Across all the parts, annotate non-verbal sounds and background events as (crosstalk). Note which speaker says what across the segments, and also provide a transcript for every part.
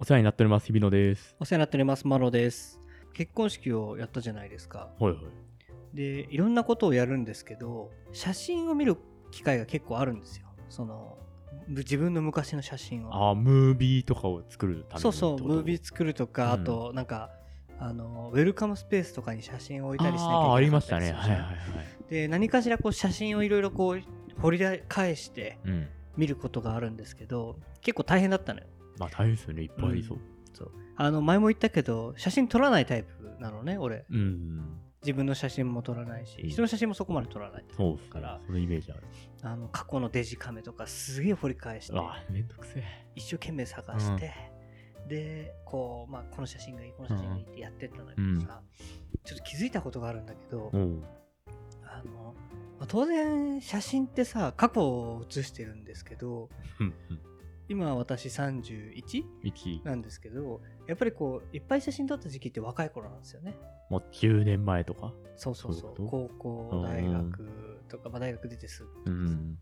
Speaker 1: お世話になっております、日比野です。
Speaker 2: お世話になっております、マロです。結婚式をやったじゃないですか。
Speaker 1: はいはい。
Speaker 2: で、いろんなことをやるんですけど、写真を見る機会が結構あるんですよ。その、ぶ自分の昔の写真を。
Speaker 1: ああ、ムービーとかを作るために
Speaker 2: そうそう、ムービ
Speaker 1: ー
Speaker 2: ー作ると
Speaker 1: うん
Speaker 2: か、あと、なんか、あの、ウェルカムスペースとかに写真を置いたりしなきゃいけ
Speaker 1: あ
Speaker 2: なか
Speaker 1: あ、
Speaker 2: った
Speaker 1: ありま
Speaker 2: り
Speaker 1: し
Speaker 2: す
Speaker 1: た
Speaker 2: るじ
Speaker 1: ね。
Speaker 2: ゃん
Speaker 1: はいはいはい。
Speaker 2: で、何かしらこう写真をいろいろこう、掘り返して
Speaker 1: うん。
Speaker 2: 見ることがあるんですけど、結構大変だったのよ。
Speaker 1: まあ大変ですよね、いっぱいありそう。
Speaker 2: あの、前も言ったけど、写真撮らないタイプなのね、俺。
Speaker 1: うん。
Speaker 2: 自分の写真も撮らないし、
Speaker 1: うん
Speaker 2: 人の写真もそこまで撮らない
Speaker 1: そうっすか
Speaker 2: か
Speaker 1: ら
Speaker 2: ら、
Speaker 1: そのイメージある。
Speaker 2: あの過去のデジカメとかすげえ掘り返して
Speaker 1: ああ、めんどくせえ。
Speaker 2: 一生懸命探して、でこう、まあ、この写真がいいこの写真がいいってやってったんだけどさ、ちょっと気づいたことがあるんだけど、
Speaker 1: おう
Speaker 2: あのまあ当然写真ってさ過去を写してるんですけど
Speaker 1: うんうん。
Speaker 2: 今私 31?
Speaker 1: 1、
Speaker 2: なんですけどやっぱりこういっぱい写真撮った時期って若い頃なんですよね
Speaker 1: もう10年前とか。
Speaker 2: そうそうそう
Speaker 1: そういう
Speaker 2: 高
Speaker 1: う
Speaker 2: 校
Speaker 1: ん
Speaker 2: 大学とか、まあ、大学出てすぐと
Speaker 1: う
Speaker 2: かさ
Speaker 1: ん。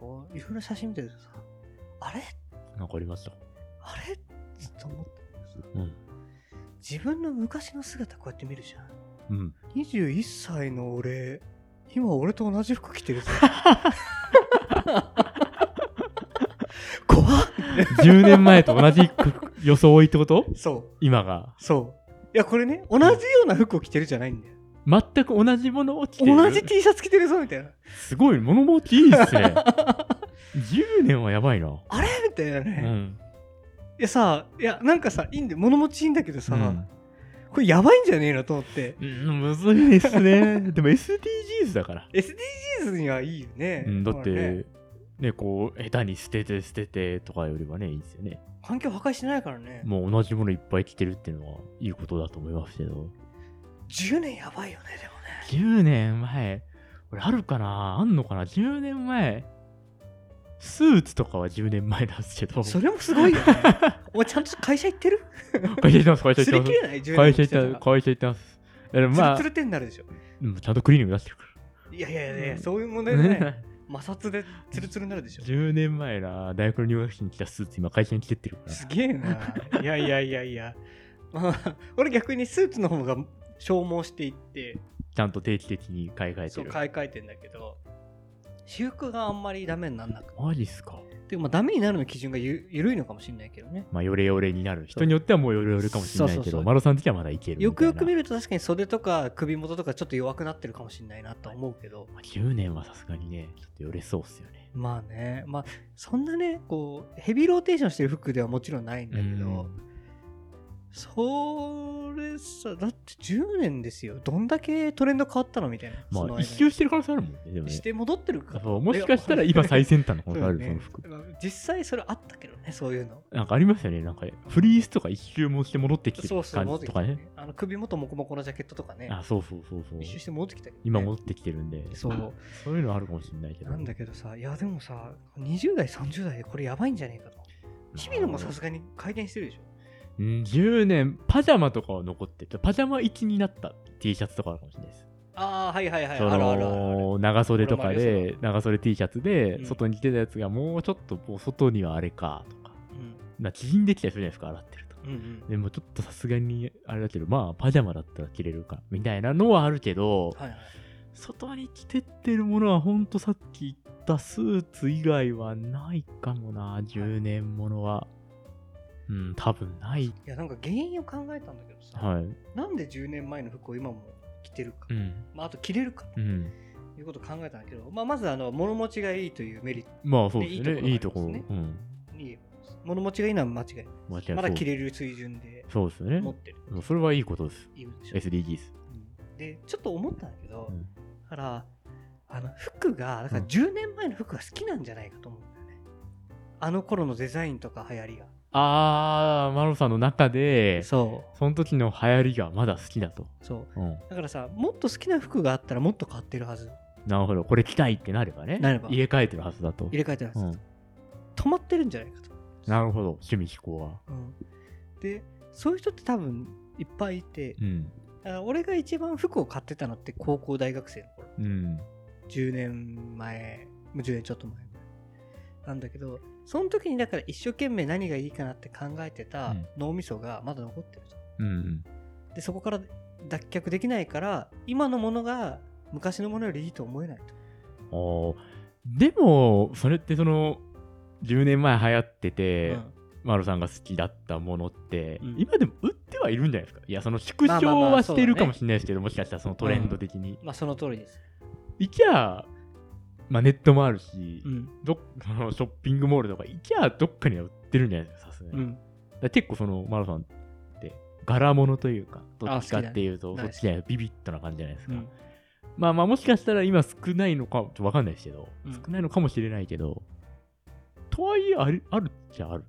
Speaker 2: こういろいろ写真見てるとさあれ
Speaker 1: なんかありました。
Speaker 2: あれずっと思って
Speaker 1: うん。
Speaker 2: 自分の昔の姿こうやって見るじゃん
Speaker 1: うん。
Speaker 2: 21歳の俺今俺と同じ服着てるぞ (laughs) 怖っ
Speaker 1: 10年前と同じく装いってこと
Speaker 2: そう
Speaker 1: 今が。
Speaker 2: そういやこれね同じような服を着てるじゃないんだよ
Speaker 1: 全く同じものを着てる。
Speaker 2: 同じ T シャツ着てるぞみたいな
Speaker 1: すごい、物持ちいいですね。10年はやばいな。
Speaker 2: (laughs) あれみたいな
Speaker 1: う
Speaker 2: ね、い
Speaker 1: ん。
Speaker 2: やさいやなんかさいいんで物持ちいいんだけどさ、
Speaker 1: うん
Speaker 2: これやばいんじゃねえのと思って
Speaker 1: うん、むずいですね。 (laughs) でも SDGs だから。
Speaker 2: SDGs にはいいよね、
Speaker 1: うん、だっ
Speaker 2: まあね
Speaker 1: て、ね、こう、下手に捨てて捨ててとかよりはね、いいですよね。
Speaker 2: 環境破壊してないからね
Speaker 1: もう同じものいっぱい着てるっていうのは、いいことだと思いますけど。
Speaker 2: 10年やばいよねでもね
Speaker 1: 10年前、俺あるかなあんのかな ?10 年前。スーツとかは10年前なんですけど。
Speaker 2: それもすごいよ、
Speaker 1: (laughs)
Speaker 2: ね。お前ちゃんと会社行ってる
Speaker 1: 会社行ってます、会社
Speaker 2: す
Speaker 1: 行
Speaker 2: り
Speaker 1: って
Speaker 2: 切
Speaker 1: ま
Speaker 2: れない
Speaker 1: す。
Speaker 2: 10
Speaker 1: 会
Speaker 2: 年
Speaker 1: 社行って
Speaker 2: 来
Speaker 1: てま
Speaker 2: た
Speaker 1: す。会社行ってます。いや
Speaker 2: ら。
Speaker 1: まあ
Speaker 2: ツルツルってなるでしょ。
Speaker 1: うんちゃんとクリーニング出してるか
Speaker 2: いやいやいやいや、そういう問題
Speaker 1: ら。
Speaker 2: じゃない。
Speaker 1: (laughs)
Speaker 2: 摩擦でツルツルになるでしょ。
Speaker 1: 10年前な、大学の入学式に着たスーツ、今会社に着てってるから。
Speaker 2: すげえな。いやいやいやいや。 (laughs) まあ俺逆にスーツの方が消耗していって、
Speaker 1: ちゃんと定期的に買い替え
Speaker 2: そ
Speaker 1: て
Speaker 2: う
Speaker 1: る。
Speaker 2: 買い替えてんだけど、私服があんまりダメにならなくて。
Speaker 1: マジっすか。
Speaker 2: でもまあダメになるの基準がゆ緩いのかもしれないけどね。
Speaker 1: まあ、ヨレヨレになる。人によってはもうヨレヨレかもしれない
Speaker 2: そう
Speaker 1: け
Speaker 2: そうそ
Speaker 1: ど、
Speaker 2: う
Speaker 1: マロさん的にはまだいけるみたいな。
Speaker 2: よくよく見
Speaker 1: る。
Speaker 2: ると確かに袖とか首元とかちょっと弱くなってるかもしれないなと思うけど、
Speaker 1: 10年はさすがにね、ちょっとヨレそうっすよね。
Speaker 2: まあね、まあ、そんなね、こう、ヘビーローテーションしてる服ではもちろんないんだけど、それさ、だって10年ですよ。どんだけトレンド変わったのみたいな。その
Speaker 1: ま
Speaker 2: 間
Speaker 1: あ、
Speaker 2: に
Speaker 1: 一周してる可能性あるもんね。でも
Speaker 2: し
Speaker 1: ね
Speaker 2: て戻ってるか
Speaker 1: そうもしかしたら今最先端の可能性ある、その服。
Speaker 2: まあ実際それあったけどね、そういうの。
Speaker 1: なんかありますよね。なんか、フリースとか一周もして戻ってきて
Speaker 2: そ
Speaker 1: る
Speaker 2: うそう、
Speaker 1: 感
Speaker 2: 戻っ
Speaker 1: じと
Speaker 2: てき
Speaker 1: か
Speaker 2: た、
Speaker 1: ね。
Speaker 2: ね。あの首元もこもこのジャケットとかね、
Speaker 1: あ、そうそうそうそう
Speaker 2: 一。周して戻ってきたけど、ね。
Speaker 1: 今戻ってきてるんで、
Speaker 2: そう。
Speaker 1: そういうのあるかもしれないけど。
Speaker 2: なんだけどさ、いやでもさ、20代、30代でこれやばいんじゃねえかと。日々のもさすがに回転してるでしょ。
Speaker 1: うん10年、パジャマとかは残ってて、パジャマ1になった T シャツとかあるかもしれないです。
Speaker 2: ああ、はいはいはい、
Speaker 1: そ
Speaker 2: あるあるある。
Speaker 1: の長袖とか
Speaker 2: これもあり
Speaker 1: で長袖 T シャツ
Speaker 2: う
Speaker 1: で
Speaker 2: ん
Speaker 1: 外に着てたやつがもうちょっともう外にはあれかとか
Speaker 2: うん
Speaker 1: な縮んできたりするじゃないですか洗ってると
Speaker 2: うんうん
Speaker 1: でもちょっとさすがにあれだけどまあパジャマだったら着れるかみたいなのはあるけど
Speaker 2: はいはい、
Speaker 1: 外に着てってるものはほんとさっき言ったスーツ以外はないかもな10年ものはうん多分ない
Speaker 2: いやなんか原因を考えたんだけどさ、
Speaker 1: はい
Speaker 2: なんで10年前の服を今も着てるか、
Speaker 1: うん
Speaker 2: まあ、あと着れるか
Speaker 1: うん
Speaker 2: ということを考えたんだけど、まあ、まずあの物持ちがいいというメリッ
Speaker 1: まあそうですね
Speaker 2: で
Speaker 1: い
Speaker 2: い
Speaker 1: い
Speaker 2: い
Speaker 1: と
Speaker 2: と
Speaker 1: こ
Speaker 2: こ
Speaker 1: ろ
Speaker 2: ろ
Speaker 1: う
Speaker 2: があります
Speaker 1: ん
Speaker 2: クに物持ちがいいのは間違いない
Speaker 1: 間違いない
Speaker 2: まだ
Speaker 1: そう
Speaker 2: 着れる水準で
Speaker 1: そうですね
Speaker 2: 持ってる
Speaker 1: うんそれはいいことです
Speaker 2: いいでしょ、
Speaker 1: SDGs
Speaker 2: うんでちょっと思ったんだけど、
Speaker 1: うん
Speaker 2: だからあの服がだから
Speaker 1: うん
Speaker 2: 10年前の服が好きなんじゃないかと思うんだよね、あの頃のデザインとか流行りが、
Speaker 1: あー、マロさんの中で、そ
Speaker 2: そ
Speaker 1: の時の流行りがまだ好きだと。
Speaker 2: うそう
Speaker 1: うん、
Speaker 2: だからさもっと好きな服があったらもっと買ってるはず
Speaker 1: なるほど、これ着たいってなればね、
Speaker 2: なれば
Speaker 1: 入れ替えてるはずだと。
Speaker 2: 入れ替えてるはず、
Speaker 1: うん、
Speaker 2: 止まってるんじゃないかと
Speaker 1: なるほど、趣味、嗜好は。
Speaker 2: うん、でそういう人って多分いっぱいいて
Speaker 1: うん。
Speaker 2: あ俺が一番服を買ってたのって高校大学生の頃
Speaker 1: うん。
Speaker 2: 10年前もう10年ちょっと前なんだけどその時にだから一生懸命何がいいかなって考えて
Speaker 1: う
Speaker 2: た
Speaker 1: ん
Speaker 2: 脳みそがまだ残ってると。
Speaker 1: うん。
Speaker 2: でそこから脱却できないから今のものが昔のものよりいいと思えないと。
Speaker 1: おーでも、それってその、10年前流行ってて、マロさんが好きだったものって、
Speaker 2: うん
Speaker 1: 今でも売ってはいるんじゃないですかいや、その縮
Speaker 2: まあまあまあ
Speaker 1: 小はしてる
Speaker 2: そうだね
Speaker 1: かもしれないですけど、もしかしたらそのトレンド的に
Speaker 2: う。ん、まあその通りです。
Speaker 1: 行きゃ、まあ、ネットもあるし、
Speaker 2: うん
Speaker 1: どっ (laughs) そのショッピングモールとか行きゃどっかには売ってるんじゃないですか、さすがに。だから結構その、マロさんって、柄物というか、どっちかっていうと、そ
Speaker 2: 好きだね
Speaker 1: っちじゃないビビットな感じじゃないですか。
Speaker 2: うん
Speaker 1: まあまあ、もしかしたら今少ないのか、ちょっとわかんないですけど、
Speaker 2: うん
Speaker 1: 少ないのかもしれないけど、とはいえある、あるっちゃある。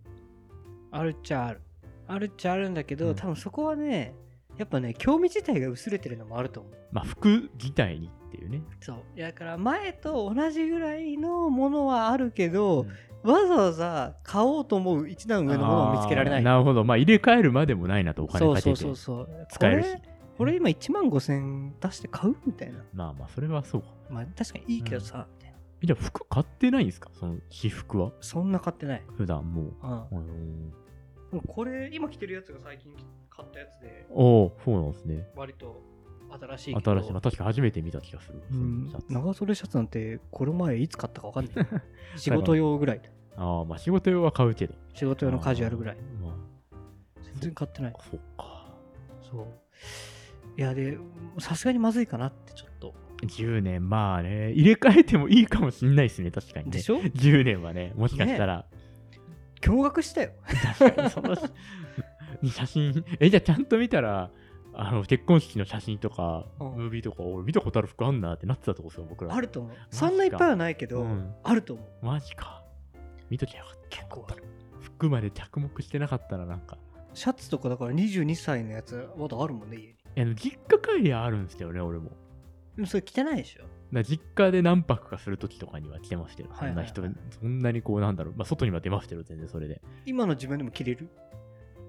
Speaker 2: あるっちゃある。あるっちゃあるんだけど、
Speaker 1: うん
Speaker 2: 多分そこはねやっぱね興味自体が薄れてるのもあると思う。
Speaker 1: まあ、服自体にっていうね。
Speaker 2: そういやだから前と同じぐらいのものはあるけど
Speaker 1: う、ん
Speaker 2: わざわざ買おうと思う一段上のものを見つけられな
Speaker 1: あ
Speaker 2: い
Speaker 1: ーなるほど。まあ、入れ替えるまでもないなとお金
Speaker 2: そ
Speaker 1: か
Speaker 2: う
Speaker 1: けて。
Speaker 2: そうそうそう
Speaker 1: 使えるし
Speaker 2: これこれ今1万5000円出して買うみたいな
Speaker 1: まあまあ、それはそうか。
Speaker 2: まあ確かにいいけどさ、みたいな
Speaker 1: えじゃあ、服買ってないんですかその私服は。
Speaker 2: そんな買ってない、
Speaker 1: 普段もう。
Speaker 2: うん、も
Speaker 1: うーん
Speaker 2: うこれ今着てるやつが最近買ったやつで
Speaker 1: おおそうなんですね。
Speaker 2: 割と新しい
Speaker 1: 新
Speaker 2: けど
Speaker 1: しいな。確か初めて見た気がする。
Speaker 2: うん
Speaker 1: そのシャツ
Speaker 2: 長袖シャツなんてこの前いつ買ったか分かんない (laughs) 仕事用ぐらい
Speaker 1: ああ、まあ仕事用は買うけど。
Speaker 2: 仕事用のカジュアルぐらい
Speaker 1: あー。ま
Speaker 2: 全然買ってない
Speaker 1: あ、そっか。
Speaker 2: そういやでさすがにまずいかなってちょっと
Speaker 1: 10年、まあね。入れ替えてもいいかもしんないですね、確かにね。
Speaker 2: でしょ
Speaker 1: 10年はね、もしかしたら。
Speaker 2: 驚愕したよ
Speaker 1: 確かにその写真、え、じゃあちゃんと見たら、あの結婚式の写真とか、
Speaker 2: うん
Speaker 1: ムービーとか、俺見たことある服あんなってなってたとこですよ、僕ら。
Speaker 2: あると思うそんないっぱいはないけど、
Speaker 1: うん
Speaker 2: あると思う
Speaker 1: マジか。見ときゃよかった。
Speaker 2: 結構ある
Speaker 1: 服まで着目してなかったらなんか。
Speaker 2: シャツとかだから22歳のやつまだあるもんね家に
Speaker 1: いやでも実家帰りはあるんですよね、俺も。だか
Speaker 2: でもそれ汚いでしょ
Speaker 1: ら実家で何泊かするときとかには来てますけど、
Speaker 2: は
Speaker 1: そ
Speaker 2: い
Speaker 1: ん
Speaker 2: はい
Speaker 1: な
Speaker 2: はい
Speaker 1: 人、そんなにこう、なんだろう、まあ、外には出ますけど、全然それで。
Speaker 2: 今の自分でも着れる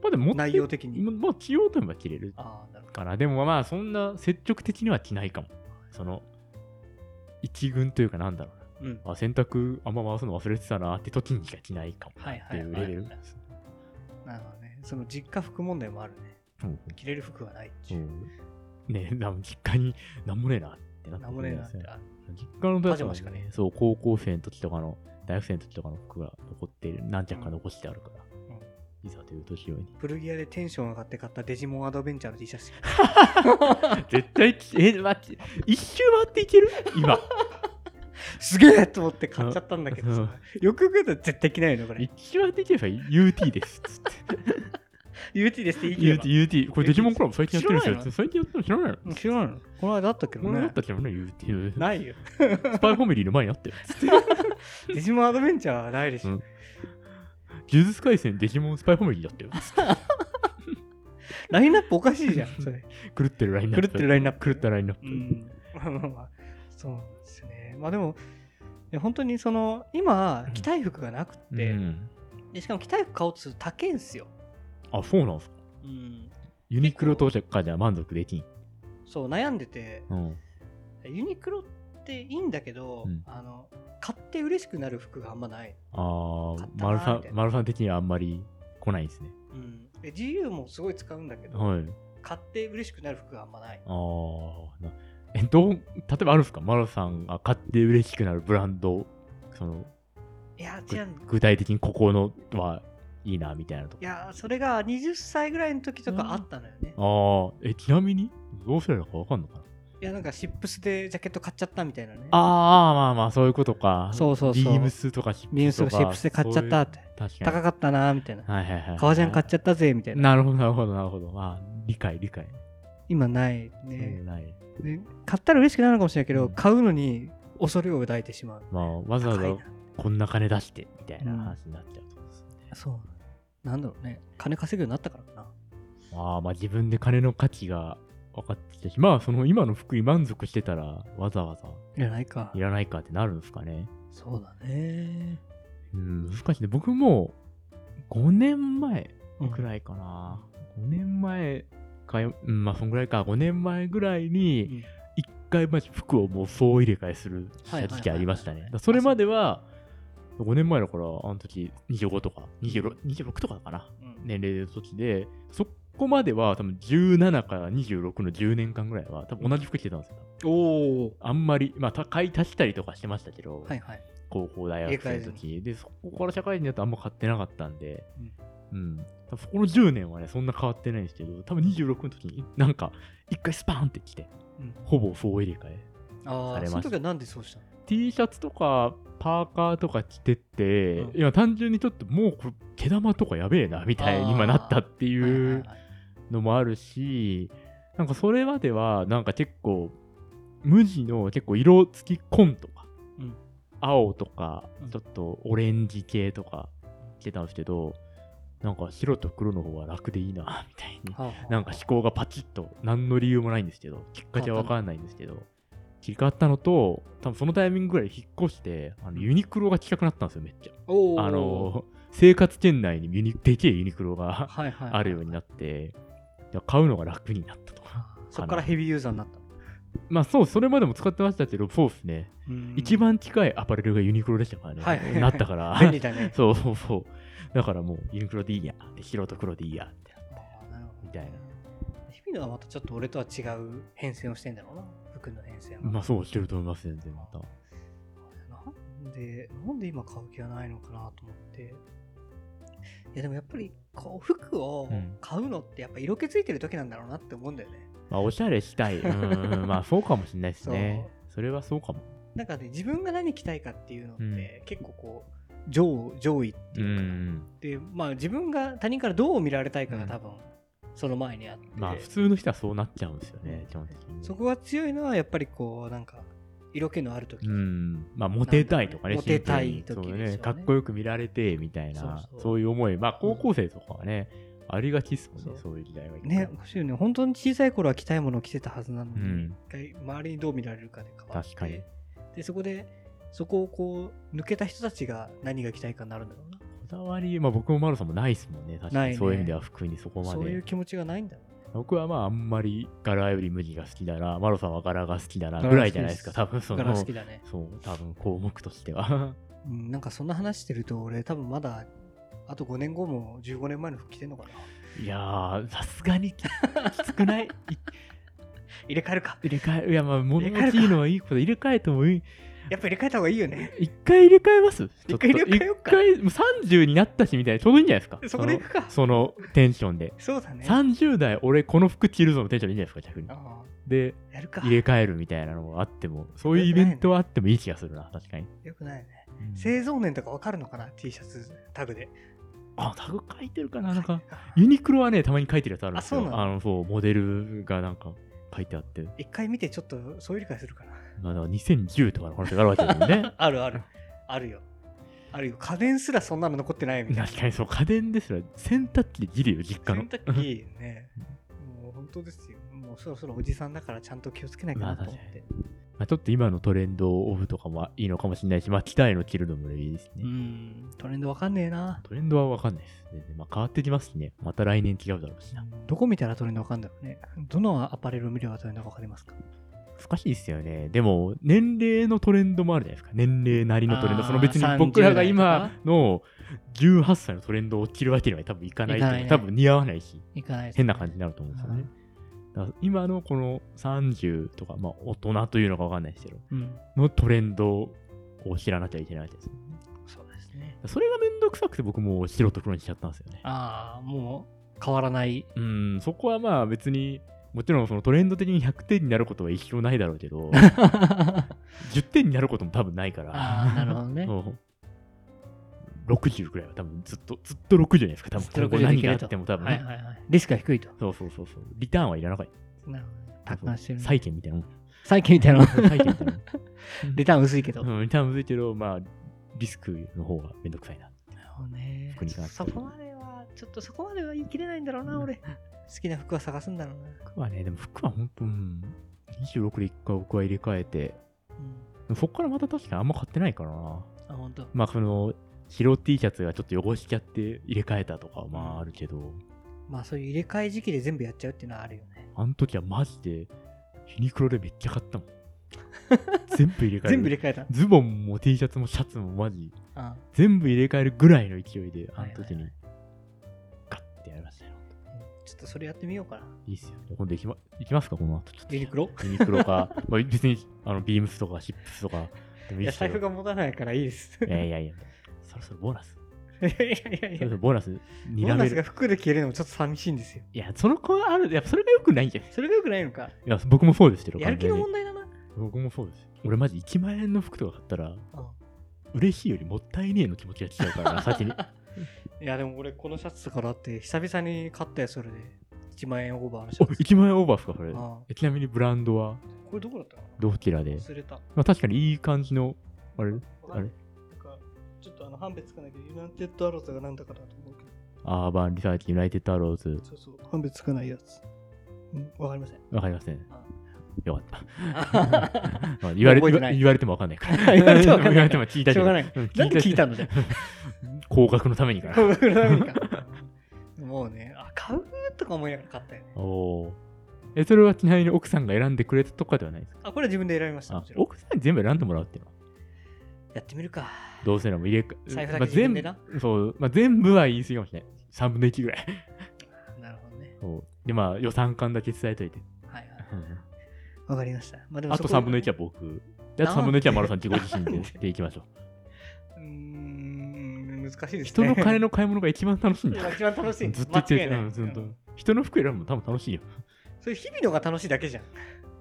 Speaker 1: まあ、でも持って、
Speaker 2: 内容的に
Speaker 1: ままあ、着ようと思えば着れる
Speaker 2: ああなるほど
Speaker 1: から、でもまあ、そんな積極的には着ないかも。その、一軍というか、なんだろう
Speaker 2: うん
Speaker 1: な。あ、洗濯あんま回すの忘れてたなって時にしか着ないかも。
Speaker 2: はい
Speaker 1: っ
Speaker 2: は
Speaker 1: て
Speaker 2: い
Speaker 1: い
Speaker 2: は
Speaker 1: う
Speaker 2: い
Speaker 1: レベル。
Speaker 2: はいなるほどねその実家服問題もあるね
Speaker 1: うん
Speaker 2: 着れる服はないって
Speaker 1: う
Speaker 2: いうん
Speaker 1: ねえ、なんか実家になんもねえなってなって
Speaker 2: なんもねえなってあ
Speaker 1: 実家の
Speaker 2: パジャマしかね
Speaker 1: そう、高校生の時とかの、大学生の時とかの服が残ってる、何着か残してあるから、いざという年用に。 (laughs)
Speaker 2: 古着屋でテンション上がって買ったデジモンアドベンチャーの T シャツ
Speaker 1: 絶対き、え、待って、一周回っていける
Speaker 2: (laughs)
Speaker 1: 今。
Speaker 2: すげえと思って買っちゃったんだけど
Speaker 1: うん
Speaker 2: さよくよく考えたら絶対着ないのこれ
Speaker 1: 一周回っていけば UT です。つって。
Speaker 2: UT ですって言い切れ
Speaker 1: UT、
Speaker 2: ば
Speaker 1: UT。これデジモンコラボ最近やってるんですよ。最近やってるの知らないの
Speaker 2: うん知らないのこの間あったけど
Speaker 1: これだ
Speaker 2: ね
Speaker 1: ったっけどね、UT。
Speaker 2: ないよ
Speaker 1: スパイファミリーの前にあったよ。つ
Speaker 2: (laughs)
Speaker 1: って。
Speaker 2: デジモンアドベンチャーはないでし
Speaker 1: うん
Speaker 2: ょ
Speaker 1: 呪術廻戦デジモンスパイファミリーだったよ。つっ
Speaker 2: ラインナップおかしいじゃんそれ
Speaker 1: て狂ってるラインナップ。
Speaker 2: 狂ってるラインナップ
Speaker 1: 狂ったラインナッ
Speaker 2: う
Speaker 1: プ。
Speaker 2: ん、まあまあまあそうなんですねまあでもいや本当にその今着たい服がなくって、
Speaker 1: うん
Speaker 2: でしかも着たい服買おうとすると高いんすよ、
Speaker 1: あ、そうなんすか。
Speaker 2: うん、
Speaker 1: ユニクロ到着かじゃ満足できん。
Speaker 2: そう悩んでて
Speaker 1: うん。
Speaker 2: ユニクロっていいんだけど、
Speaker 1: うん
Speaker 2: あの買って嬉しくなる服があんまない、
Speaker 1: ああ
Speaker 2: 買っ、たなー
Speaker 1: マルさん
Speaker 2: みたい、な
Speaker 1: マルさん的にはあんまり来ないですね。
Speaker 2: うん、で GU もすごい使うんだけど、
Speaker 1: はい。
Speaker 2: 買って嬉しくなる服があんまない
Speaker 1: ああ、なえ、どう、例えばあるんですかマルさんが買って嬉しくなるブランド、その、
Speaker 2: いや
Speaker 1: ぐ
Speaker 2: 違うん
Speaker 1: 具体的にここのはいいな、みたいなとこ。
Speaker 2: いやそれが20歳ぐらいの時とかあったのよね、い
Speaker 1: ああ、え、ちなみに、どうすればいいのかわかんのかな
Speaker 2: やなんかシップスでジャケット買っちゃったみたいなね
Speaker 1: ああ、まあまあ、そういうことか。う
Speaker 2: そうそう
Speaker 1: ビ
Speaker 2: そう
Speaker 1: ームスとかシップスとか。
Speaker 2: ビームスとかシップスで買っちゃったって
Speaker 1: そういう確
Speaker 2: 高
Speaker 1: か
Speaker 2: かったなみたいな
Speaker 1: に。はいはいはい。
Speaker 2: 革ジャン買っ
Speaker 1: ち
Speaker 2: ちゃったぜみた
Speaker 1: ゃ
Speaker 2: いな
Speaker 1: なるほど、なるほど、なるほど。あー理解、理解。
Speaker 2: 今ない
Speaker 1: そ
Speaker 2: ね
Speaker 1: う、ない。
Speaker 2: で買ったら嬉しくなるかもしれないけど、
Speaker 1: うん
Speaker 2: 買うのに恐れを抱いてしまう
Speaker 1: まあ、わざわ
Speaker 2: 高い
Speaker 1: ざ
Speaker 2: な
Speaker 1: こんな金出してみたいな話になっちゃうと思うんですよね。
Speaker 2: そうなんだろうね金稼ぐようになったからかな
Speaker 1: まあまあ自分で金の価値が分かってきたし、まあその今の服に満足してたらわざわざ
Speaker 2: いらないか
Speaker 1: いらないかってなるんですかね。
Speaker 2: そうだね
Speaker 1: うん、難しいね。僕も5年前
Speaker 2: うん
Speaker 1: くらいかな。5年前かよ、うん、まあそんぐらいか。5年前ぐらいうに
Speaker 2: ん
Speaker 1: 1回まず服をもう総入れ替えするした時期ありましたね。だからそれまでは、 5年前だから、あの時25とか、26, 26とかかな。
Speaker 2: うん
Speaker 1: 年齢の時で、そこまでは多分17から26の10年間ぐらいは、多分同じ服着てたんですよ。
Speaker 2: おお
Speaker 1: あんまり、まあ、た買い足したりとかしてましたけど、
Speaker 2: はいはい
Speaker 1: 高校、大学生の時で、そこから社会人だとあんま買ってなかったんで、うん。多分そこの10年はね、そんな変わってないんですけど、多分26の時に、なんか、一回スパーンって来て、
Speaker 2: うん
Speaker 1: ほぼ総入れ替え。
Speaker 2: あ
Speaker 1: されまし
Speaker 2: あそ
Speaker 1: た
Speaker 2: の時はなんでそうしたの
Speaker 1: T シャツとかパーカーとか着てって、
Speaker 2: うん
Speaker 1: いや単純にちょっともうこれ毛玉とかやべえなみたい
Speaker 2: あー
Speaker 1: に今なったってい
Speaker 2: はいはいうはい
Speaker 1: のもあるしなんかそれまではなんか結構無地の結構色付き紺とか、
Speaker 2: うん
Speaker 1: 青とか
Speaker 2: うん
Speaker 1: ちょっとオレンジ系とか着てたんですけどなんか白と黒の方が楽でいいな (laughs) みたいに
Speaker 2: はあはあ
Speaker 1: なんか思考がパチッと何の理由もないんですけどきっかけは分からないんですけど切り替わったのと多分そのタイミングぐらい引っ越してあのユニクロが近くなったんですよめっちゃ
Speaker 2: おお
Speaker 1: あの生活圏内にユニ (laughs) でけえユニクロが
Speaker 2: はいはいはい
Speaker 1: あるようになってで買うのが楽になったとか
Speaker 2: そこからヘビーユーザーになった
Speaker 1: まあそうそれまでも使ってましたけどそうですね、一番近いアパレルがユニクロでしたからね、
Speaker 2: はい
Speaker 1: なった (laughs) から
Speaker 2: 便利だね
Speaker 1: そうそうそうだからもうユニクロでいいやで白と黒でいいやって
Speaker 2: あーなるほど
Speaker 1: みたいな
Speaker 2: 日々のはまたちょっと俺とは違う変遷をしてんだろうな服の変遷は、
Speaker 1: まあそうしてると思います全然また
Speaker 2: なんでなんで今買う気がないのかなと思っていやでもやっぱりこう服を
Speaker 1: うん
Speaker 2: 買うのってやっぱ色気ついてる時なんだろうなって思うんだよね、
Speaker 1: まあ、おしゃれしたい。うん (laughs) うん、まあ、そうかもしれないですね。それはそうかも。
Speaker 2: なんかね自分が何着たいかっていうのって、
Speaker 1: うん
Speaker 2: 結構こう上上位って
Speaker 1: う
Speaker 2: いうか、
Speaker 1: ん。
Speaker 2: でまあ自分が他人からどう見られたいかが多分その前にあって、
Speaker 1: まあ、普通の人はそうなっちゃうんですよね、基本的に。
Speaker 2: そこが強いのはやっぱりこうなんか色気のある時、
Speaker 1: うん。まあ、モテたいとかね、
Speaker 2: なんだろうモテたい
Speaker 1: シンプルに
Speaker 2: 時
Speaker 1: そう
Speaker 2: ですよね
Speaker 1: かっこよく見られて、みたいな、
Speaker 2: そ
Speaker 1: そうう
Speaker 2: そう
Speaker 1: いう思い。まあ、高校生とかはね、ありがちっすもんね、
Speaker 2: そ
Speaker 1: そうういう時代は。
Speaker 2: ね、むしろね、本当に小さい頃は着たいものを着てたはずなのに、
Speaker 1: うん
Speaker 2: 一回周りにどう見られるかで変わって
Speaker 1: 確かに
Speaker 2: でそこでそこをこう抜けた人たちが何が着たいかになるんだろう
Speaker 1: こだわり、まあ、僕もマロさんもないっすもんね、確
Speaker 2: な
Speaker 1: か
Speaker 2: いね
Speaker 1: に。そういう意味では、服にそこ
Speaker 2: な
Speaker 1: ま
Speaker 2: そういう
Speaker 1: で。
Speaker 2: 気持ちがないんだろう
Speaker 1: 僕はまあ、あんまり柄より麦が好きだな、マロさんは柄が好きだな、
Speaker 2: 柄
Speaker 1: ぐらいじゃないですか、多分そ
Speaker 2: だから
Speaker 1: の。
Speaker 2: 好きだね、
Speaker 1: そう、多分項目としては。
Speaker 2: うん、なんかそんな話してると俺多分まだあと5年後も15年前の服着てん (laughs) のかない
Speaker 1: やー、さすがにききつくない (laughs) い
Speaker 2: 入れ替えるか
Speaker 1: 入れ替え、いや、まあ、物
Speaker 2: 入れ替え
Speaker 1: 持
Speaker 2: るか
Speaker 1: ちいいのはいいこと、入れ替えてもいい。
Speaker 2: やっぱ入れ替えた方がいい
Speaker 1: (laughs)
Speaker 2: よね
Speaker 1: 一回入れ替えますちょっと
Speaker 2: 一回入れ替えよっか
Speaker 1: 一回、もう30になったしみたいな、ちょうどいいんじゃないですか。
Speaker 2: そこで行くか
Speaker 1: そのそのテンションで。
Speaker 2: そうだね
Speaker 1: 30代、俺、この服着るぞのテンションでいいんじゃないですか、逆に。
Speaker 2: あ
Speaker 1: で、
Speaker 2: あやるか
Speaker 1: 入れ替えるみたいなのがあっても、そういうイベントはあってもいい気がするな、確かに。
Speaker 2: よくないね
Speaker 1: うん
Speaker 2: 製造年とかわかるのかな T シャツタグで
Speaker 1: あ、タグ書いてるかな、なんか。ユニクロはね、たまに書いてるやつあるんですよ。
Speaker 2: あそうなの
Speaker 1: あの、そう、モデルがなんか書いてあって。
Speaker 2: 一回見てちょっとそういう理解するかな
Speaker 1: まあ、だから2010とかの話があるわけだもん
Speaker 2: (laughs)。
Speaker 1: ね
Speaker 2: あるある。あるよ。あるよ。家電すらそんなの残ってないみたいな。
Speaker 1: 確かにそう、家電ですら洗濯機でギリよ、実家の
Speaker 2: 洗。濯機ね。もう本当ですよ。もうそろそろおじさんだからちゃんと気をつけないかなと思って。
Speaker 1: まあ、ちょっと今のトレンドオフとかもいいのかもしれないし、まあ、着たいの着るのもいいですね。
Speaker 2: うん。トレンドわかんねえな。
Speaker 1: トレンドはわかんないです。全然まあ、変わってきますしね。また来年違うだろうしな。
Speaker 2: どこ見たらトレンドわかんだろうね。どのアパレルを見ればトレンドわかりますか
Speaker 1: 難しいですよね。でも、年齢のトレンドもあるじゃないですか。年齢なりのトレンド。
Speaker 2: あー
Speaker 1: その別に僕らが今の18歳のトレンドを着るわけにはい多分いかないと思う
Speaker 2: いかないね
Speaker 1: 多分似合わないし。
Speaker 2: いかないです
Speaker 1: 変な感じになると思うんですよね。だから今のこの30とか、まあ、大人というのか分かんないですけど、
Speaker 2: うん。
Speaker 1: のトレンドを知らなきゃいけないわけですよね。
Speaker 2: そうですね。
Speaker 1: それがめんどくさくて僕もう白と黒にしちゃったんですよね。
Speaker 2: ああ、もう変わ
Speaker 1: (laughs)
Speaker 2: らない。
Speaker 1: うん、そこはまあ別に、もちろんそのトレンド的に100点になることは一生ないだろうけ
Speaker 2: (laughs)
Speaker 1: ど、
Speaker 2: あ
Speaker 1: 10点になることも多分ないから。
Speaker 2: あ、なるほどね。
Speaker 1: そう60くらいは多分ずっと、ずっと60じゃないですか、多分。
Speaker 2: 出
Speaker 1: 今
Speaker 2: 力
Speaker 1: 後
Speaker 2: でで
Speaker 1: 何
Speaker 2: き
Speaker 1: があ
Speaker 2: る
Speaker 1: っ
Speaker 2: と
Speaker 1: ても多分、
Speaker 2: はいはいはい。リスクが低いと。
Speaker 1: そうそうそうそう。リターンはいらなかっ
Speaker 2: なるほどね。
Speaker 1: た。
Speaker 2: 達観してるね。
Speaker 1: 債券みたいなもん。
Speaker 2: 最近みたいなの。
Speaker 1: 債券みたい
Speaker 2: (laughs)
Speaker 1: なもん。
Speaker 2: リターン薄いけど。
Speaker 1: うん、リターンむずいけど、まあ、リスクの方がめんどくさいな。
Speaker 2: そうね
Speaker 1: 服に関して
Speaker 2: そ
Speaker 1: は
Speaker 2: こまではちょっとそこまでは言い切れないんだろうな、
Speaker 1: うん
Speaker 2: 俺好きな服は探すんだろうな、
Speaker 1: 服はね、でも服は本当、うん、26で一回僕は入れ替えて、
Speaker 2: うん、
Speaker 1: そこからまた確かにあんま買ってないからな。
Speaker 2: あ本当
Speaker 1: まあ、その、白 T シャツがちょっと汚しちゃって入れ替えたとかはまああるけど、
Speaker 2: まあそういう入れ替え時期で全部やっちゃうっていうのはあるよね
Speaker 1: あの時はマジで、ユニクロでめっちゃ買ったもん。 (laughs) 全部入れ替える
Speaker 2: 全部入れ替え (laughs) た。
Speaker 1: ズボンも T シャツもシャツもマジ
Speaker 2: あ
Speaker 1: 全部入れ替えるぐらいの勢いであ
Speaker 2: はいはいはい
Speaker 1: の時にガッてやりましたよ
Speaker 2: ちょっとそれやってみようかな。
Speaker 1: いいっすよ今度行き,、ま、行きますかこの後ちょっと
Speaker 2: ユニクロ
Speaker 1: ユニクロか、まあ、別にあのビームスとかシップスとかでもい
Speaker 2: い
Speaker 1: い
Speaker 2: や、
Speaker 1: っすけ
Speaker 2: 財布
Speaker 1: ど
Speaker 2: が持たないからいいです。
Speaker 1: いやいやいやそろそろボーナス
Speaker 2: いやいやい
Speaker 1: そ
Speaker 2: や
Speaker 1: ろ
Speaker 2: い
Speaker 1: そ
Speaker 2: や
Speaker 1: ろ。ボーナスに
Speaker 2: ボー
Speaker 1: らめ
Speaker 2: ナスが
Speaker 1: る
Speaker 2: 服で消えるのもちょっと寂しいんですよ。
Speaker 1: いやその子はあるやっぱそれがよくないんじゃない
Speaker 2: それが良くないのか。
Speaker 1: いや僕もそうですけど
Speaker 2: やる気の
Speaker 1: 完全
Speaker 2: 問題だな。
Speaker 1: に僕もそうです俺マジ1万円の服とか買ったら嬉しいよりもったいねえの気持ちが来ちゃう
Speaker 2: (laughs)
Speaker 1: からな先に
Speaker 2: いや、でも俺、このシャツとかだって、久々に買ったよ、それで。1万円オーバーのシ
Speaker 1: お
Speaker 2: ャツ。
Speaker 1: 1万円オーバーっすかそれ
Speaker 2: あ
Speaker 1: えちなみにブランドは
Speaker 2: これどこだったか
Speaker 1: どちらで
Speaker 2: な、忘れた。
Speaker 1: まあ、確かにいい感じのあれあれ
Speaker 2: なんか、ちょっとあの判別つかないけど、ユナイテッドアローズがなんだかなと思うけど、
Speaker 1: アーバンリサーチユナイテッドアローズ
Speaker 2: そうそう、判別つかないやつ。うん、わかりません。
Speaker 1: わかりません
Speaker 2: あ
Speaker 1: よかったまあ言われ
Speaker 2: 覚
Speaker 1: 言
Speaker 2: えてな
Speaker 1: わ
Speaker 2: い
Speaker 1: 言われてもわかんないから。
Speaker 2: 言わ (laughs) れてもわかんな
Speaker 1: 言われ
Speaker 2: い
Speaker 1: ても聞いたけど
Speaker 2: しょうがない
Speaker 1: うん
Speaker 2: なんで聞いたのじゃ
Speaker 1: (laughs) 高額のためにか
Speaker 2: こ
Speaker 1: ら。
Speaker 2: のためにか。もうね、あ、買うとか思いながら買ったよね。
Speaker 1: おおー。え、それはちなみに奥さんが選んでくれたとかではないですか
Speaker 2: あ、これは自分で選びました。も
Speaker 1: あ
Speaker 2: ちろん
Speaker 1: 奥さんに全部選んでもらうっていうのは
Speaker 2: やってみるか。
Speaker 1: どうせならもう入れ替
Speaker 2: 財布だけ
Speaker 1: まあ、
Speaker 2: 自分
Speaker 1: 全
Speaker 2: で
Speaker 1: 部
Speaker 2: な。
Speaker 1: そう、まあ、全部は言い過ぎかもしれない。3分の1ぐらい。
Speaker 2: なるほどね。
Speaker 1: そうで、まあ予算感だけ伝えといて。
Speaker 2: はいはい。
Speaker 1: うん
Speaker 2: わかりました。まあ、でも
Speaker 1: あ
Speaker 2: そ
Speaker 1: と
Speaker 2: こ
Speaker 1: 3分の1は僕。であと3分の1はマロさん自己自身で
Speaker 2: (laughs)
Speaker 1: でいきましょう。
Speaker 2: うーん、難しいですね。
Speaker 1: 人の金の買い物が一番楽しいんだよ。
Speaker 2: 一番楽しい。
Speaker 1: ずっと言って
Speaker 2: 間違
Speaker 1: る
Speaker 2: い
Speaker 1: け
Speaker 2: ない
Speaker 1: どうんずっと
Speaker 2: うん
Speaker 1: 人の服選ぶのも多分楽しいよ。
Speaker 2: それ日々のが楽しいだけじゃん。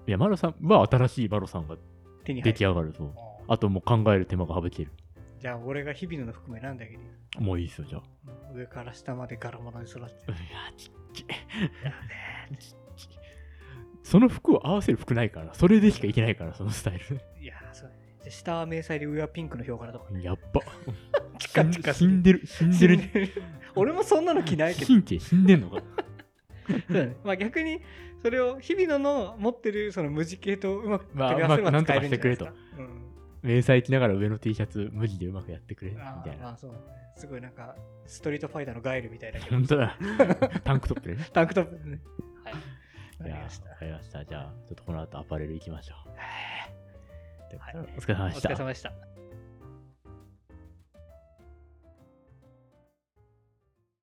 Speaker 1: いや、マロさんは新しいマロさんが
Speaker 2: 手に入
Speaker 1: 出
Speaker 2: る
Speaker 1: 来上がると。
Speaker 2: あ
Speaker 1: あともう考える手間が省ける。
Speaker 2: じゃあ俺が日々のの服も選んであげるよ。
Speaker 1: もういいっすよ、じゃあ。
Speaker 2: うん上から下まで柄物
Speaker 1: (laughs)
Speaker 2: に育
Speaker 1: う
Speaker 2: って
Speaker 1: わ、ちっちゃい。ちっちゃいその服を合わせる服ないから、それでしかいけないから、そのスタイル。
Speaker 2: る。いやー、そうだね。じゃあ下は迷彩で上はピンクのヒョウ柄とか。
Speaker 1: やっば。
Speaker 2: チカチカす
Speaker 1: 死
Speaker 2: る
Speaker 1: んでる、死んで (laughs) る。
Speaker 2: 俺もそんなの着ないけど。
Speaker 1: 神経死んでんのか。
Speaker 2: そうだねまあ逆にそれを日々のの持ってるその無地系とうまく
Speaker 1: まあ
Speaker 2: 組み合わせれば
Speaker 1: うまく
Speaker 2: 使えるんじゃないですか
Speaker 1: なんと
Speaker 2: うん
Speaker 1: 迷彩着ながら上の T シャツ、無地でうまくやってくれ、み
Speaker 2: あ
Speaker 1: たい
Speaker 2: ーま
Speaker 1: な。
Speaker 2: あそうだねすごいなんかストリートファイターのガイルみたいだけど
Speaker 1: 本当だ。タンクトップでね。
Speaker 2: タンクトップでねはい
Speaker 1: い
Speaker 2: わかり
Speaker 1: や
Speaker 2: まし
Speaker 1: ー、
Speaker 2: た
Speaker 1: わかりました。じゃあ、ちょっとこの後アパレル行きましょう。ということで
Speaker 2: は
Speaker 1: お疲れ様
Speaker 2: お
Speaker 1: でした
Speaker 2: 疲れ。様でした